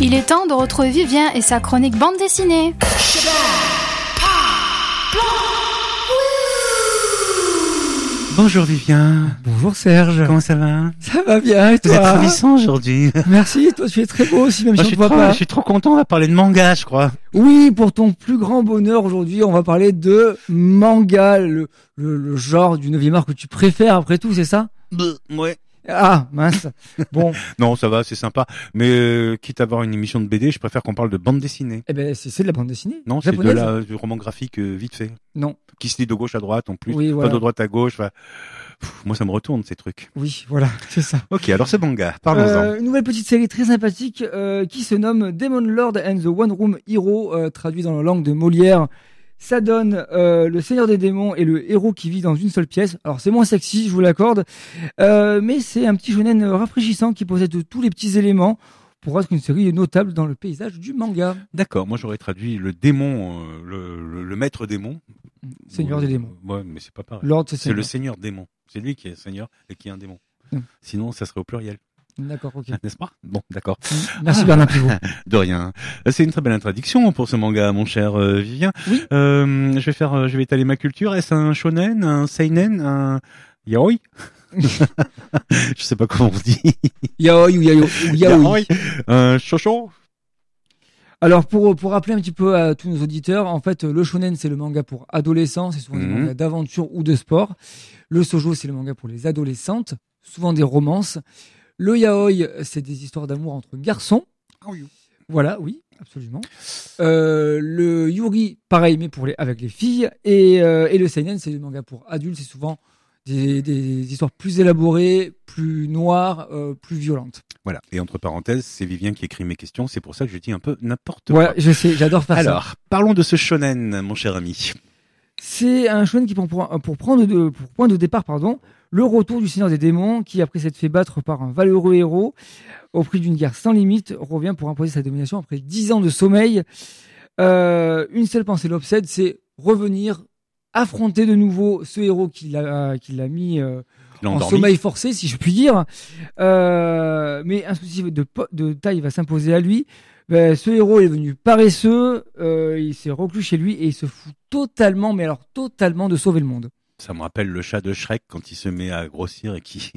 Il est temps de retrouver Vivien et sa chronique bande dessinée. Bonjour Vivien. Bonjour Serge. Comment ça va Ça va bien et Vous êtes toi ravissant aujourd'hui. Merci, toi tu es très beau aussi, même Moi, si je, suis on te voit trop, pas. je suis trop content, on va parler de manga, je crois. Oui, pour ton plus grand bonheur aujourd'hui, on va parler de manga, le, le, le genre du 9 art que tu préfères après tout, c'est ça Ouais. Ah, mince. Bon, Non, ça va, c'est sympa. Mais euh, quitte à avoir une émission de BD, je préfère qu'on parle de bande dessinée. eh ben c'est c'est de la bande dessinée. Non, c'est de japonaise la, du roman graphique euh, vite fait. Non, Qui se lit de gauche à droite en plus. Oui, Pas voilà. de droite à gauche. enfin, pff, moi, ça me retourne ces trucs. oui, voilà, c'est ça. Ok, alors ce manga, parlons-en. Euh, une nouvelle petite série très sympathique euh, qui se nomme Demon Lord and the One Room Hero, euh, traduit dans la langue de Molière. Ça donne euh, le Seigneur des démons et le héros qui vit dans une seule pièce. Alors c'est moins sexy, je vous l'accorde, euh, mais c'est un petit shonen rafraîchissant qui possède tous les petits éléments pour être une série notable dans le paysage du manga. D'accord, moi j'aurais traduit le démon, euh, le, le- le maître démon. Seigneur des démons. Ouais, mais c'est pas pareil. Lord, c'est C'est le Seigneur. seigneur démon. C'est lui qui est seigneur et qui est un démon. Mm. Sinon, ça serait au pluriel, D'accord, ok. n'est-ce pas Bon, d'accord. Merci Bernard Pivot. De rien. C'est une très belle introduction pour ce manga, mon cher euh, Vivien. Oui. Euh, je vais faire, euh, je vais étaler ma culture. Est-ce un shonen, un seinen, un yaoi Je sais pas comment on dit. Yaoi ou yaoi ou yaoi. Un shoujo Alors pour pour rappeler un petit peu à tous nos auditeurs, en fait le shonen c'est le manga pour adolescents, c'est souvent des Mhm. mangas d'aventure ou de sport. Le sojo c'est le manga pour les adolescentes, souvent des romances. Le yaoi c'est des histoires d'amour entre garçons. Voilà, oui, absolument. Euh, le yuri pareil mais pour les avec les filles et euh, et le seinen c'est le manga pour adultes, c'est souvent des, des histoires plus élaborées, plus noires, euh, plus violentes. Voilà. Et entre parenthèses, c'est Vivien qui écrit mes questions. C'est pour ça que je dis un peu n'importe quoi. Voilà, je sais, j'adore faire ça. Alors, parlons de ce shonen, mon cher ami. C'est un shonen qui prend pour, euh, pour prendre de, pour point de départ pardon, le retour du Seigneur des démons qui, après s'être fait battre par un valeureux héros au prix d'une guerre sans limite, revient pour imposer sa domination après dix ans de sommeil. Euh, une seule pensée l'obsède, c'est revenir, affronter de nouveau ce héros qui l'a qui l'a mis euh, Il est en endormi. sommeil forcé, si je puis dire. Euh, mais un souci de, po- de taille va s'imposer à lui. Ben, ce héros est devenu paresseux, euh, il s'est reclus chez lui et il se fout totalement, mais alors totalement de sauver le monde. Ça me rappelle le chat de Shrek quand il se met à grossir et qui, qui,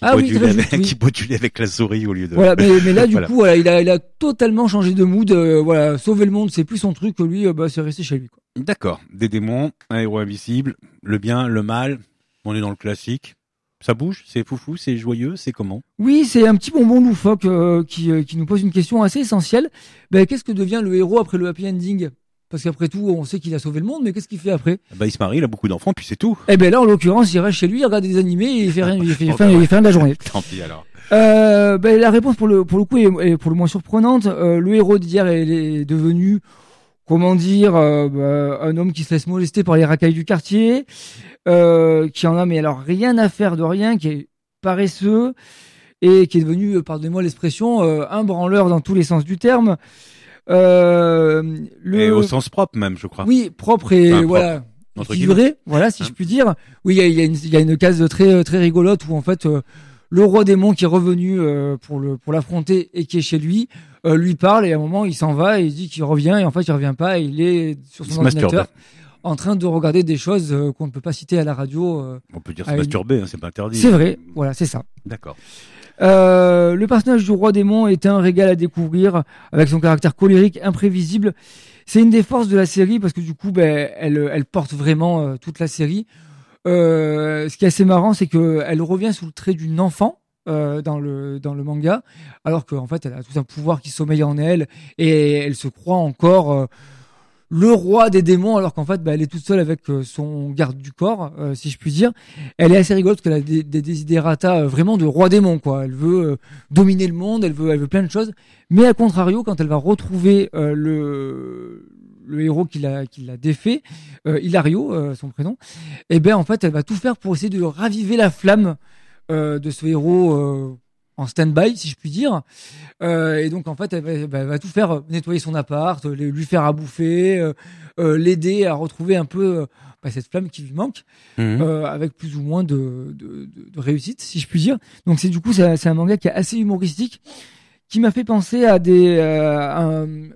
Ah boit, oui, du très lait juste, avec, oui. qui boit du lait avec la souris au lieu de. Voilà, mais, mais là, du Euh. Voilà. coup, voilà, il, a, il a totalement changé de mood. euh, voilà, sauver le monde, c'est plus son truc que lui, euh, bah, c'est rester chez lui. Quoi. D'accord. Des démons, un héros invisible, le bien, le mal. On est dans le classique. Ça bouge, c'est foufou, c'est joyeux, c'est comment Oui, c'est un petit bonbon loufoque euh, qui, euh, qui nous pose une question assez essentielle. Ben, qu'est-ce que devient le héros après le happy ending Parce qu'après tout, on sait qu'il a sauvé le monde, mais qu'est-ce qu'il fait après Bah, il se marie, il a beaucoup d'enfants, puis c'est tout. Eh ben là, en l'occurrence, il reste chez lui, il regarde des animés et il fait rien, il fait, Bon, fin, ben ouais. il fait rien de la journée. Tant pis alors. Euh, ben, la réponse pour le, pour le coup est, est pour le moins surprenante. Euh, le héros d'hier est, est devenu, comment dire, euh, ben, un homme qui se laisse molester par les racailles du quartier, euh, qui en a mais alors rien à faire de rien, qui est paresseux et qui est devenu, euh, pardonnez-moi l'expression, euh, un branleur dans tous les sens du terme. Euh, le... Et au sens propre même, je crois. Oui, propre et Enfin, propre, voilà Entre guillemets. figuré, voilà, si Hein. je puis dire. Oui, il y a, il y a une- il y a une case de très euh, très rigolote où en fait euh, le roi démon qui est revenu euh, pour le pour l'affronter et qui est chez lui euh, lui parle et à un moment il s'en va et il dit qu'il revient et en fait il revient pas et il est sur Il son se masturbe. ordinateur en train de regarder des choses euh, qu'on ne peut pas citer à la radio. euh. On peut dire se Ah, il- masturber, hein, c'est pas interdit. C'est vrai, voilà, c'est ça. D'accord. Euh, le personnage du roi démon est un régal à découvrir avec son caractère colérique imprévisible. C'est une des forces de la série parce que du coup, ben, elle, elle porte vraiment euh, toute la série. Euh, ce qui est assez marrant, c'est que elle revient sous le trait d'une enfant euh, dans le dans le manga, alors qu'en fait, elle a tout un pouvoir qui sommeille en elle et elle se croit encore. euh, le roi des démons, alors qu'en fait, ben, elle est toute seule avec euh, son garde du corps, euh, si je puis dire. Elle est assez rigolote parce qu'elle a des, des desiderata euh, vraiment de roi démon, quoi. Elle veut euh, dominer le monde, elle veut, elle veut plein de choses. Mais à contrario, quand elle va retrouver euh, le le héros qui l'a qui l'a défait, euh, Hilario, euh, son prénom, eh ben en fait, elle va tout faire pour essayer de raviver la flamme euh, de ce héros euh, en stand-by, si je puis dire. Euh, et donc en fait, elle va, elle va- elle va tout faire euh, nettoyer son appart, euh, lui faire à bouffer, euh, euh, l'aider à retrouver un peu euh, bah, cette flamme qui lui manque. Mhm. Euh, avec plus ou moins de, de, de- de réussite, si je puis dire. Donc c'est du coup c'est un c'est un manga qui est assez humoristique, qui m'a fait penser à des euh, à un-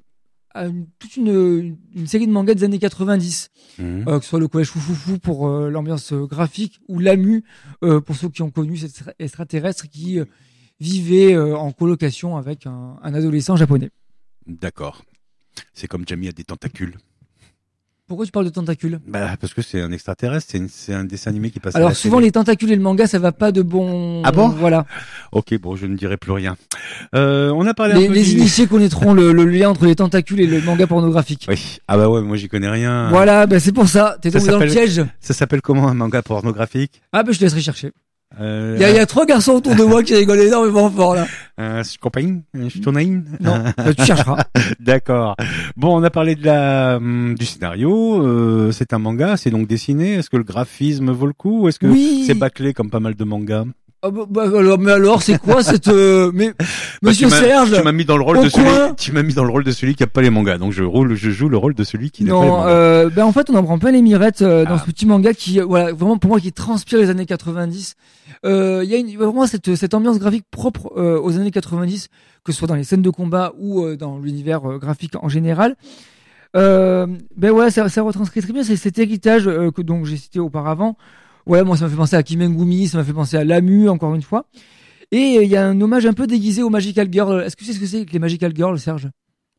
à une- toute une, une série de mangas des années 90, Mhm. euh, que ce soit le collège Foufoufou pour euh, l'ambiance euh, graphique ou l'AMU euh, pour ceux qui ont connu cet extra- extraterrestre qui euh, vivait euh, en colocation avec un, un adolescent japonais. D'accord. C'est comme Jamie a des tentacules. Pourquoi tu parles de tentacules Bah, parce que c'est un extraterrestre, c'est une- c'est un dessin animé qui passe. à la Alors souvent télé. les tentacules et le manga ça va pas de bon. euh, Ah bon Voilà. Ok, bon, je ne dirai plus rien. Euh, on a parlé Les, un peu. les du- initiés connaîtront le, le lien entre les tentacules et le manga pornographique. Oui. Ah bah ouais, moi j'y connais rien. Voilà, bah, c'est pour ça. T'es Ça tombé dans le s'appelle- piège. Ça s'appelle comment un manga pornographique Ah bah je te laisserai chercher. euh, Il y, a- il y a trois garçons autour de moi qui rigolent énormément fort là. Un scopain Un stonain Mm. Non, bah, tu chercheras. D'accord. Bon, on a parlé de la hum, du scénario. euh, c'est un manga, c'est donc dessiné. Est-ce que le graphisme vaut le coup ou Est-ce que Oui. c'est bâclé comme pas mal de mangas Ah, bah, bah, alors, mais alors c'est quoi cette euh, mais Monsieur Bah, tu m'as- Serge Tu m'as mis dans le rôle au de coin. celui. Tu m'as mis dans le rôle de celui qui a pas les mangas. Donc je roule, je joue le rôle de celui qui n'a pas les Non, mangas. euh, ben en fait on en prend plein les mirettes euh, dans Ah. ce petit manga qui euh, voilà vraiment pour moi qui transpire les années 90. Euh, Il y a une, vraiment cette cette ambiance graphique propre euh, aux années 90 que ce soit dans les scènes de combat ou euh, dans l'univers euh, graphique en général. Euh, ben ouais, ça, ça retranscrit très bien c'est cet héritage euh, que donc j'ai cité auparavant. Ouais, moi ça m'a fait penser à Kimengumi, ça m'a fait penser à Lamu encore une fois. Et euh, il y a un hommage un peu déguisé aux Magical Girls. Est-ce que tu sais ce que c'est que les Magical Girls, Serge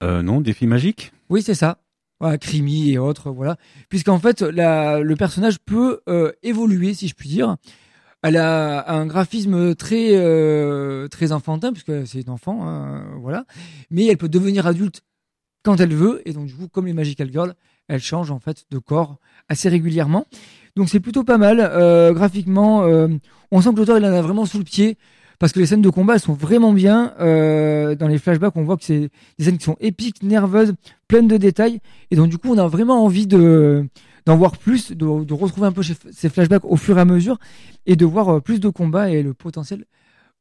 Euh, non, défi magique. oui, c'est ça. Voilà, Crimi et autres, voilà. Puisqu'en fait, la- le personnage peut euh, évoluer, si je puis dire. Elle a un graphisme très euh, très enfantin, puisque c'est une enfant, hein, voilà. Mais elle peut devenir adulte quand elle veut, et donc du coup, comme les Magical Girls, elle change en fait de corps assez régulièrement. Donc c'est plutôt pas mal Euh, graphiquement. euh, on sent que l'auteur il en a vraiment sous le pied, parce que les scènes de combat elles sont vraiment bien. Euh, dans les flashbacks, on voit que c'est des scènes qui sont épiques, nerveuses pleine de détails. Et donc, du coup, on a vraiment envie de d'en voir plus, de, de retrouver un peu chez- ces flashbacks au fur et à mesure et de voir euh, plus de combats et le potentiel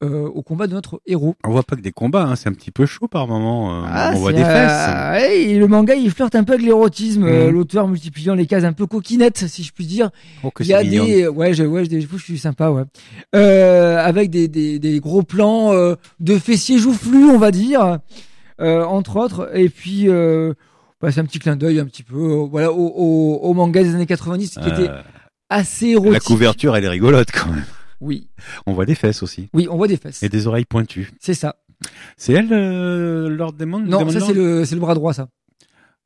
euh, au combat de notre héros. On voit pas que des combats, hein, c'est un petit peu chaud par moment. euh, on voit Ah, c'est, des fesses. hein, euh, ouais, et le manga, il flirte un peu avec l'érotisme, euh, Mhm. l'auteur multipliant les cases un peu coquinettes, si je puis dire. Oh, que Il y a c'est mignon. des ouais, je, ouais, je- des fois, je suis sympa, ouais. Euh, avec des, des, des gros plans euh, de fessiers joufflus, on va dire, euh, entre autres. Et puis, euh, bah, c'est un petit clin d'œil un petit peu, euh, voilà, au, au, au manga des années 90 qui était Euh, assez la érotique. couverture, elle est rigolote quand même. Oui, On voit des fesses aussi. oui, on voit des fesses. Et des oreilles pointues. C'est ça. C'est elle, euh, Lord Demon Non, ça c'est le, c'est le bras droit, ça.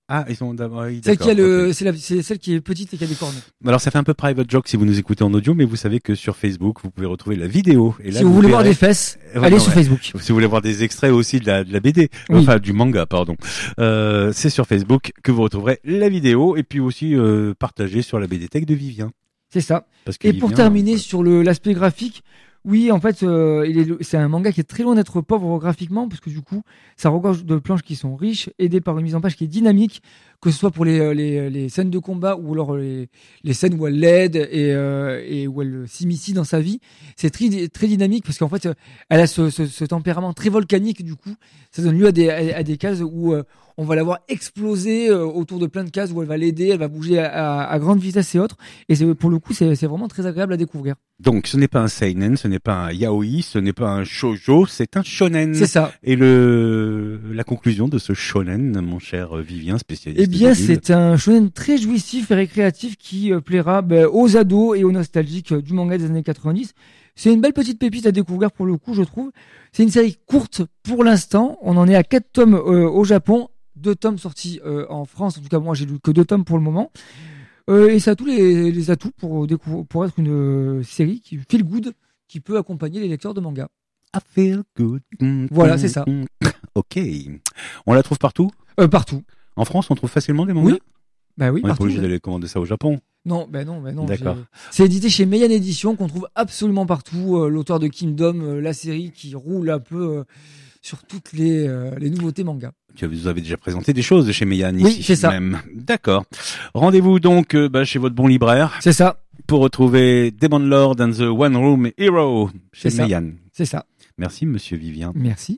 Ah, ils sont d'abord. oui, Celle qui a d'accord, le, ok. c'est la, c'est celle qui est petite et qui a des cornes. Alors ça fait un peu private joke si vous nous écoutez en audio, mais vous savez que sur Facebook, vous pouvez retrouver la vidéo. Et là, si vous, voulez voir verrez- des fesses, Ouais, allez non, sur ouais. Facebook. Si vous voulez voir des extraits aussi de la, de la BD, Oui. enfin du manga, pardon, euh, c'est sur Facebook que vous retrouverez la vidéo et puis aussi euh, partagée sur la BD Tech de Vivien. C'est ça. Parce que Et pour Vivien, terminer euh, sur le l'aspect graphique, oui, en fait, euh, il est- c'est un manga qui est très loin d'être pauvre graphiquement, parce que du coup, ça regorge de planches qui sont riches, aidées par une mise en page qui est dynamique, que ce soit pour les, euh, les, les scènes de combat ou alors les, les scènes où elle l'aide et, euh, et où elle s'immisce dans sa vie. C'est très, très dynamique, parce qu'en fait, euh, elle a ce, ce- ce tempérament très volcanique, du coup, ça donne lieu à des, à, à des cases où euh, on va la voir exploser euh, autour de plein de cases, où elle va l'aider, elle va bouger à- à- à grande vitesse et autres. Et c'est- pour le coup, c'est c'est vraiment très agréable à découvrir. Donc ce n'est pas un seinen, ce n'est pas un yaoi, ce n'est pas un shoujo, c'est un shonen. C'est ça. Et le la conclusion de ce shonen, mon cher Vivien, spécialiste. Eh bien, des bulles. c'est un shonen très jouissif et récréatif qui euh, plaira ben, aux ados et aux nostalgiques euh, du manga des années 90. C'est une belle petite pépite à découvrir pour le coup, je trouve. C'est une série courte pour l'instant. On en est à quatre tomes euh, au Japon, deux tomes sortis euh, en France. En tout cas, moi, j'ai lu que deux tomes pour le moment. Euh, et ça a tous les, les atouts pour, découv- pour être une euh, série qui feel good, qui peut accompagner les lecteurs de manga. I feel good. Mm, Voilà, mm, c'est ça. mm. Ok. On la trouve partout. Euh, partout. En France, on trouve facilement des mangas. Oui, Bah oui, on est pas partout. obligé d'aller commander ça au Japon. Non, ben non, ben non. D'accord. j'ai- C'est édité chez Meian Edition qu'on trouve absolument partout. euh, L'auteur de Kingdom, euh, la série qui roule un peu euh, sur toutes les, euh, les nouveautés manga. Tu vous avez déjà présenté des choses de chez Meian Oui, ici c'est ça. même. D'accord. Rendez-vous donc euh, bah, chez votre bon libraire C'est ça, pour retrouver Demon Lord and the One Room Hero chez C'est ça. Meian. c'est ça. Merci, Monsieur Vivien. Merci.